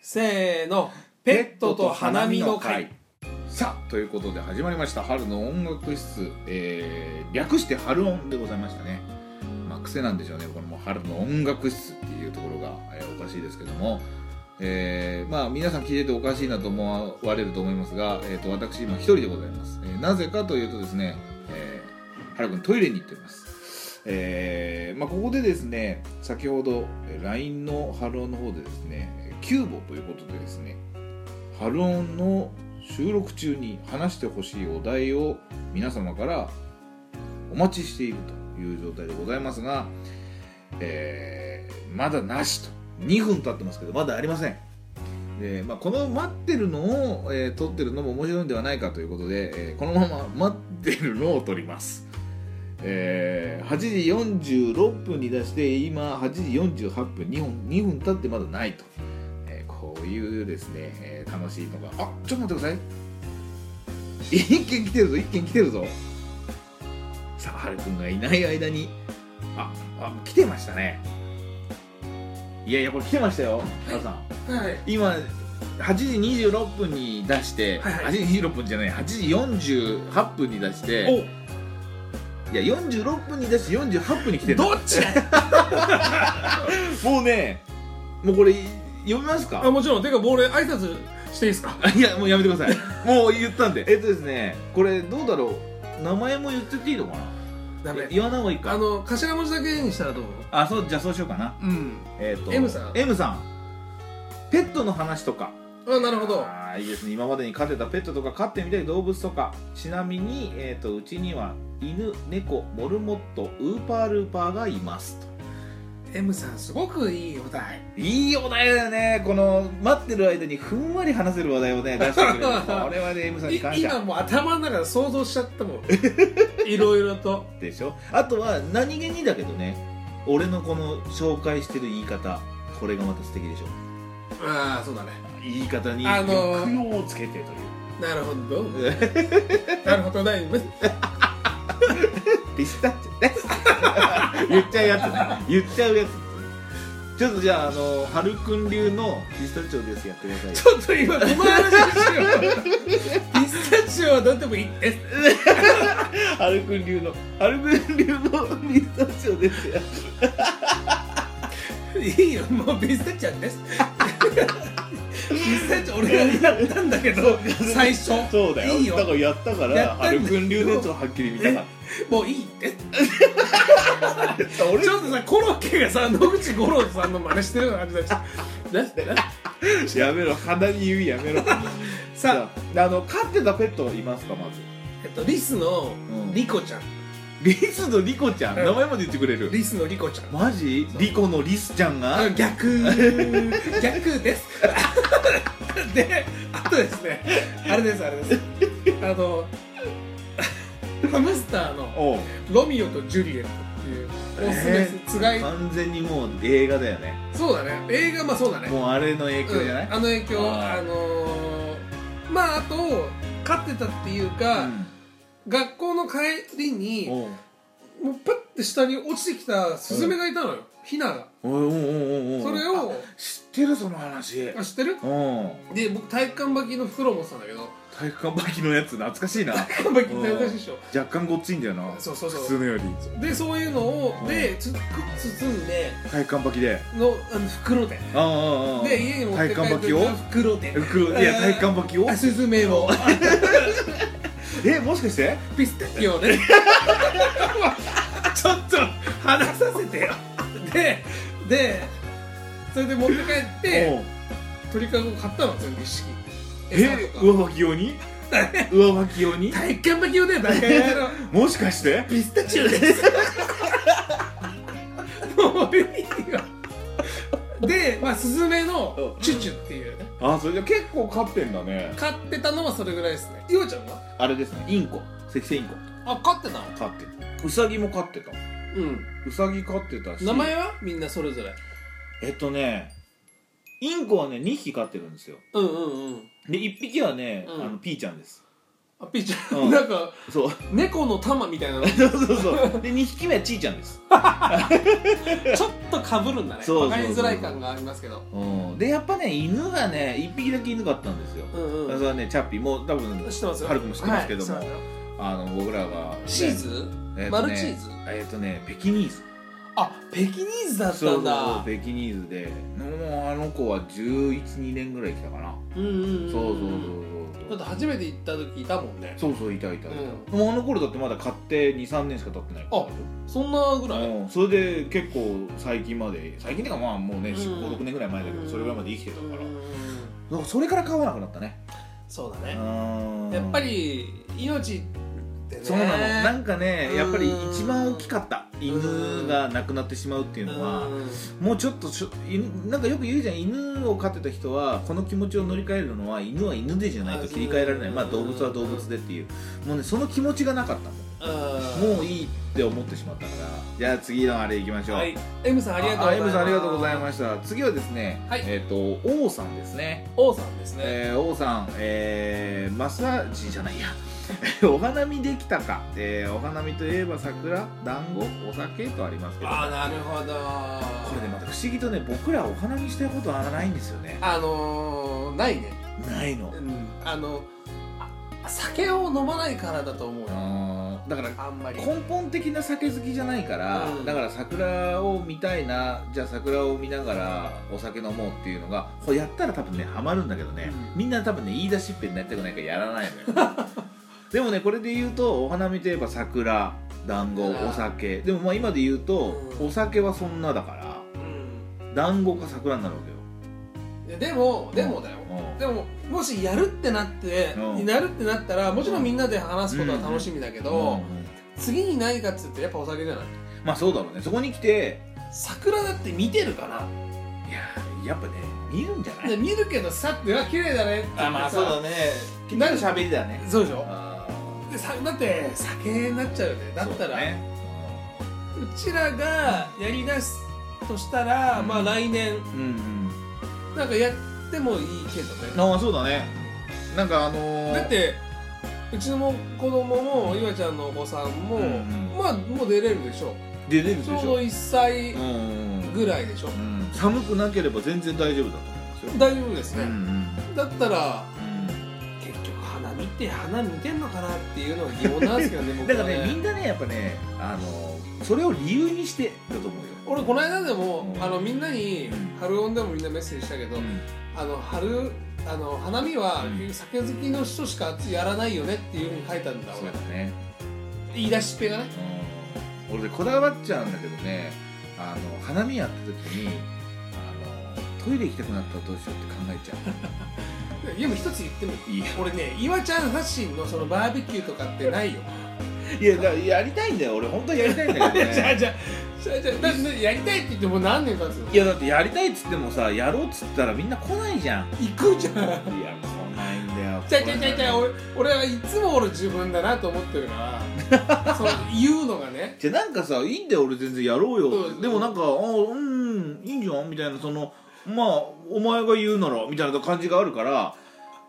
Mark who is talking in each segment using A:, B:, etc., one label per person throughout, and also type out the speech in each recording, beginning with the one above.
A: せーのペットと花見の会
B: さあということで始まりました春の音楽室、えー略して春音でございましたねまあ癖なんでしょうねこのもう春の音楽室っていうところが、えーおかしいですけどもえーまあ皆さん聞いてておかしいなと思われると思いますが、えー、と私今一人でございます、えーなぜかというとですね、えー、原くんトイレに行っておりますえーまあ、ここでですね先ほどえー LINE の春音の方でですねえーキューボということでですね春音の収録中に話してほしいお題を皆様からお待ちしているという状態でございますが、えーまだなしと2分経ってますけどまだありませんで、まあ、この待ってるのを、えー撮ってるのも面白いんではないかということで、えーこのまま待ってるのを撮りますえー8時46分に出して今8時48分2分 ,2 分経ってまだないと、えーこういうですね、えー楽しいのがあちょっと待ってください一件来てるぞ一件来てるぞさあはるくんがいない間にああ来てましたねいやいやこれ来てましたよ原さん
A: はい
B: 今8時26分に出して、
A: はいはい
B: 8時26分じゃない8時48分に出して
A: お
B: いや46分に出して48分に来てる
A: どっち
B: もうねもうこれ読みます
A: あ
B: か
A: もちろんてかボール挨拶していいですか
B: いやもうやめてくださいもう言ったんでえっとですねこれどうだろう名前も言ってていいのかな
A: ダメ
B: 言わない方がいいか
A: あの頭文字だけにしたらどう
B: あそうじゃあそうしようかな
A: うん
B: えっ、と
A: M さん
B: M さんペットの話とか
A: あなるほど
B: あーいいですね今までに飼ってたペットとか飼ってみたい動物とかちなみに、えー、とうちには犬猫モルモットウーパールーパーがいますと
A: M さんすごくいいお題
B: いいお題だよねこの待ってる間にふんわり話せる話題をね出して くれるこれはね M さんに
A: い
B: 感
A: 今
B: 謝
A: もう頭の中で想像しちゃったもん いろいろと
B: でしょあとは何気にだけどね俺のこの紹介してる言い方これがまた素敵でしょ
A: ああそうだね
B: 言い方に
A: あのー
B: 抑揚をつけてという、
A: なるほ どなるほどね
B: ピスタッチョね言っちゃう やつね言っちゃうやつちょっとじゃああのはるくん流のピスタチオですやってくださいよ
A: ちょっと今、この話をしよう。 ピスタチオはだってもいい。え、
B: はるくん流のはるくん流のピスタチオですや
A: いいよ、もうピスタチオです。ピスタチオ、俺がやったんだけど、最初。
B: そうだよ
A: いいよ
B: だからやったか
A: や
B: ら
A: ったんだ
B: は
A: け
B: る
A: ど
B: くん流のやつをはっきり見たかっ
A: もういいです。
B: た俺
A: ちょっとさ、コロッケがさ、野口五郎さんの真似してるような感じだし。なな
B: やめろ鼻に指やめろ
A: さ
B: さああの飼ってたペットいますかまず
A: あ、えっと、リスの
B: うん
A: リコちゃん。
B: リスのリコちゃん
A: うん
B: 名前まで言ってくれる
A: リスのリコちゃん。
B: マジリコのリスちゃんが
A: あ 逆逆です。 で、あとですね、あれです、あれです。あの、ハムスターの。
B: おう
A: ロミオとジュリエットっていうオスメ
B: え
A: ス
B: ー
A: つがい
B: 完全にもう映画だよね
A: そうだね映画まあそうだね
B: もうあれの影響じゃない、
A: うんあの影響
B: あ
A: あ
B: ー
A: のーまああと飼ってたっていうか、学校の帰りにも
B: おう
A: うパッて下に落ちてきたスズメがいたのよヒナが
B: おうおうおうおう
A: それを
B: 知ってるその話
A: あ知ってる
B: うん
A: で僕体育館履きの袋持ってたんだけど
B: 体育館バキのやつ懐かし いな
A: 体育館履きって難しいでしょ
B: 若干ごっついんだよな
A: そうそうそう
B: 普通のより
A: でそういうのを
B: うん
A: でつく包んで
B: 体育館バキで
A: のあの袋で
B: ああああああ
A: で家に持って帰
B: 体
A: って
B: 幹履きを
A: 袋で
B: 袋いや体育館バキを
A: あスズメ を
B: えもしかして
A: ピスタチオね ちょっと話させてよででそれで持って帰って
B: おう
A: 鳥かご買ったの全部一式餌
B: え
A: とか
B: 上履き用 に上履き用に
A: 体験巻きをね大体の
B: もしかして
A: ピスタチオです もういいよで、まあ、スズメのチュチュっていうね
B: あそれじゃ結構飼ってんだね
A: 買ってたのはそれぐらいですねいおちゃんは
B: あれですねインコセキセインコ
A: あ買ってたの
B: 飼ってたウサギも飼ってた
A: う
B: ウサギ飼ってたし
A: ん名前はみんなそれぞれ
B: えっとねインコはね2匹飼ってるんですよ
A: うんうんうん
B: で1匹はね、
A: うん
B: あのピーちゃんです
A: あピーちゃん、
B: うん
A: なんか
B: そう
A: 猫の玉みたいなのち
B: そうそうそうで2匹目はちいちゃんです、
A: ょっとかぶるんだね
B: そうそうそう
A: わかりづらい感がありますけど
B: うん、でやっぱね犬がね1匹だけ犬があったんですよ、
A: うん
B: それ
A: う
B: はねチャッピーもう多分
A: ん知ってますよ
B: ハルクも知ってますけども
A: はい知ってま
B: あの僕らが
A: すチーズ
B: えっとね
A: マルチーズ
B: えっ、とねペキニーズ
A: あペキニーズだった
B: そ
A: ん
B: うそう
A: だ
B: ペキニーズでもうあの子は1112年ぐらい来たかな、
A: うんうんん
B: そうそう
A: だっ
B: そう
A: て初めて行った時いたもんね
B: そうそうそういたいたいた、
A: う
B: もうあの頃だってまだ買って23年しか経ってないからでしょ
A: そんなぐらい、
B: うん、それで結構最近まで最近っていうかまあもうね
A: うん
B: 56、6年ぐらい前だけどそれぐらいまで生きてたから、
A: うん
B: なんかそれから買わなくなったね
A: そうだね、
B: うん
A: やっぱり命ってね
B: そうなのなんかね
A: うん
B: やっぱり一番大きかった犬が亡くなってしまうっていうのは
A: う
B: もうちょっとしょ犬なんかよく言うじゃん犬を飼ってた人はこの気持ちを乗り換えるのは犬は犬でじゃないと切り替えられない
A: うん
B: まあ動物は動物でっていうもうねその気持ちがなかった
A: ん
B: もんもういいって思ってしまったからじゃあ次のあれいきましょう、
A: はい、M さんありがとうございます。
B: ああ M さんありがとうございました次はですね、
A: はい
B: えっ、と王さんですね
A: 王さんですね。
B: えー、王さん、えーマッサージじゃないや お花見できたか、えーお花見といえば桜団子お酒とありますけど
A: ああ
B: こ
A: なるほど。
B: れねまた不思議とね僕らお花見したことはないんですよね
A: あのー、ないね。
B: ないの
A: うん、あのあ酒を飲まないからだと思うよ。
B: あーだから
A: あんまり。
B: 根本的な酒好きじゃないから、
A: うん
B: だから桜を見たいなじゃあ桜を見ながらお酒飲もうっていうのがこれやったら多分ねハマるんだけどね、
A: うん
B: みんな多分ね言い出しっぺになりたくないからやらないの よでもねこれで言うとお花見といえば桜団子
A: うん
B: お酒でもまあ今で言うと、
A: うん
B: お酒はそんなだから
A: うん
B: 団子か桜になるわけよ
A: いやでもでもだよ。でももしやるってなって、
B: うん
A: になるってなったらもちろんみんなで話すことは楽しみだけど、
B: うん
A: 次に何かっつってやっぱお酒じゃない
B: まあそうだろうねそこに来て
A: 桜だって見てるかない
B: やーやっぱね見るんじゃない
A: で見るけどさっては綺麗だねって言ってさ
B: ね
A: ぴったり
B: 喋りだね
A: そうでしょ
B: あー
A: でさだって酒になっちゃうよねだったらう,、
B: そうね
A: ちらがやりだすとしたら、
B: うん
A: まあ来年
B: うんうん
A: なんかやってもいいけどね
B: ああそうだねなんかあのー、
A: だってうちの子供もゆわちゃんのお子さんも、
B: うんうん
A: まあもう出れるでしょ
B: 出れるでし
A: ちょう
B: ょ
A: ど1歳
B: うんうん
A: ぐらいでしょ、
B: うん、うん、寒くなければ全然大丈夫だと思いますよ
A: 大丈夫です
B: うん
A: ね、だったら
B: うん
A: 結局花見て花見てんのかなっていうのが疑問なんですけどね
B: うん
A: 僕
B: だ
A: は
B: から
A: ね
B: ねみんなねやっぱねあのー、それを理由にしてだと思うよ
A: 俺この間でも、
B: うん
A: あのみんなに
B: うん
A: 「春音」でもみんなメッセージしたけど、あの春あの花見は
B: うん
A: 酒好きの人しかやらないよねっていうふうに書いたんだ
B: そう
A: 俺
B: だね
A: 言い出しっぺがね
B: うん俺ねこだわっちゃうんだけどねあの花見やった時にあのトイレ行きたくなったらどうしようって考えちゃ
A: でも一つ言ってもいいう
B: いい
A: 俺ね岩ちゃん発信のそのバーベキューとかってないよ
B: いやだからやりたいんだよ俺本当にや りたいんだけど
A: じゃあ
B: ね
A: じゃあじゃあじゃあだだやりたいって言ってもう何年経つの
B: いやだってやりたいっつってもさやろうっつったらみんな来ないじゃんい
A: 行くじゃん
B: や来ないんだよ
A: じゃあじゃあじゃあじゃあ俺俺はいつも俺自分だなと思ってる からその言うのがね
B: じゃあなんかさいいんだよ俺全然やろうよって、
A: うん
B: でもなんかあうんいいんじゃんみたいなそのまあお前が言うならみたいな感じがあるから、は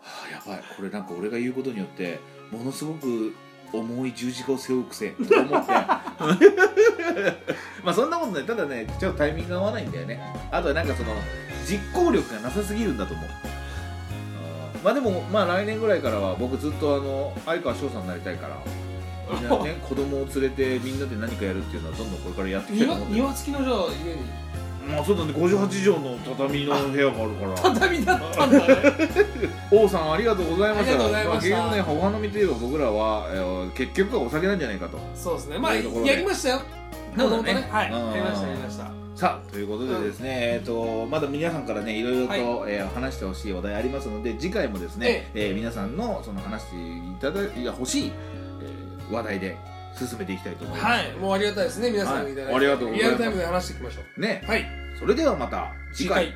B: あ、やばいこれなんか俺が言うことによってものすごく重い十字架を背負う癖と思ってまあそんなことないただねちょっとタイミングが合わないんだよねあとはなんかその実行力がなさすぎるんだと思うあーまあでもまあ来年ぐらいからは僕ずっとあの相川翔さんになりたいからみ んなね子供を連れてみんなで何かやるっていうのはどんどんこれからやっていきたいと
A: 庭
B: 思ってる
A: 庭付きのじゃあ家に
B: まあそうだね58畳の畳の部屋があるから
A: 畳だったん だね
B: 王さんありがとうございました
A: ありがとうございました
B: あ、結局ねお花見といえば僕らは、えー結局はお酒なんじゃないかと
A: そうですねまあ
B: というところで
A: やりましたよ
B: そ
A: も
B: うだね
A: ともとはい
B: うん
A: やりましたやりました
B: さあということでですね、えー、とまだ皆さんからねいろいろと、
A: はい
B: えー話してほしいお題ありますので次回もですね、えー皆さんのその話していただいや欲しい、えー話題で進めていきたいと思います、
A: はい、もうありがたいですね、皆さんにいただいて、
B: はいありがとうございます
A: リアルタイムで話していきましょ
B: ね
A: う。はい、
B: それではまた
A: 次回。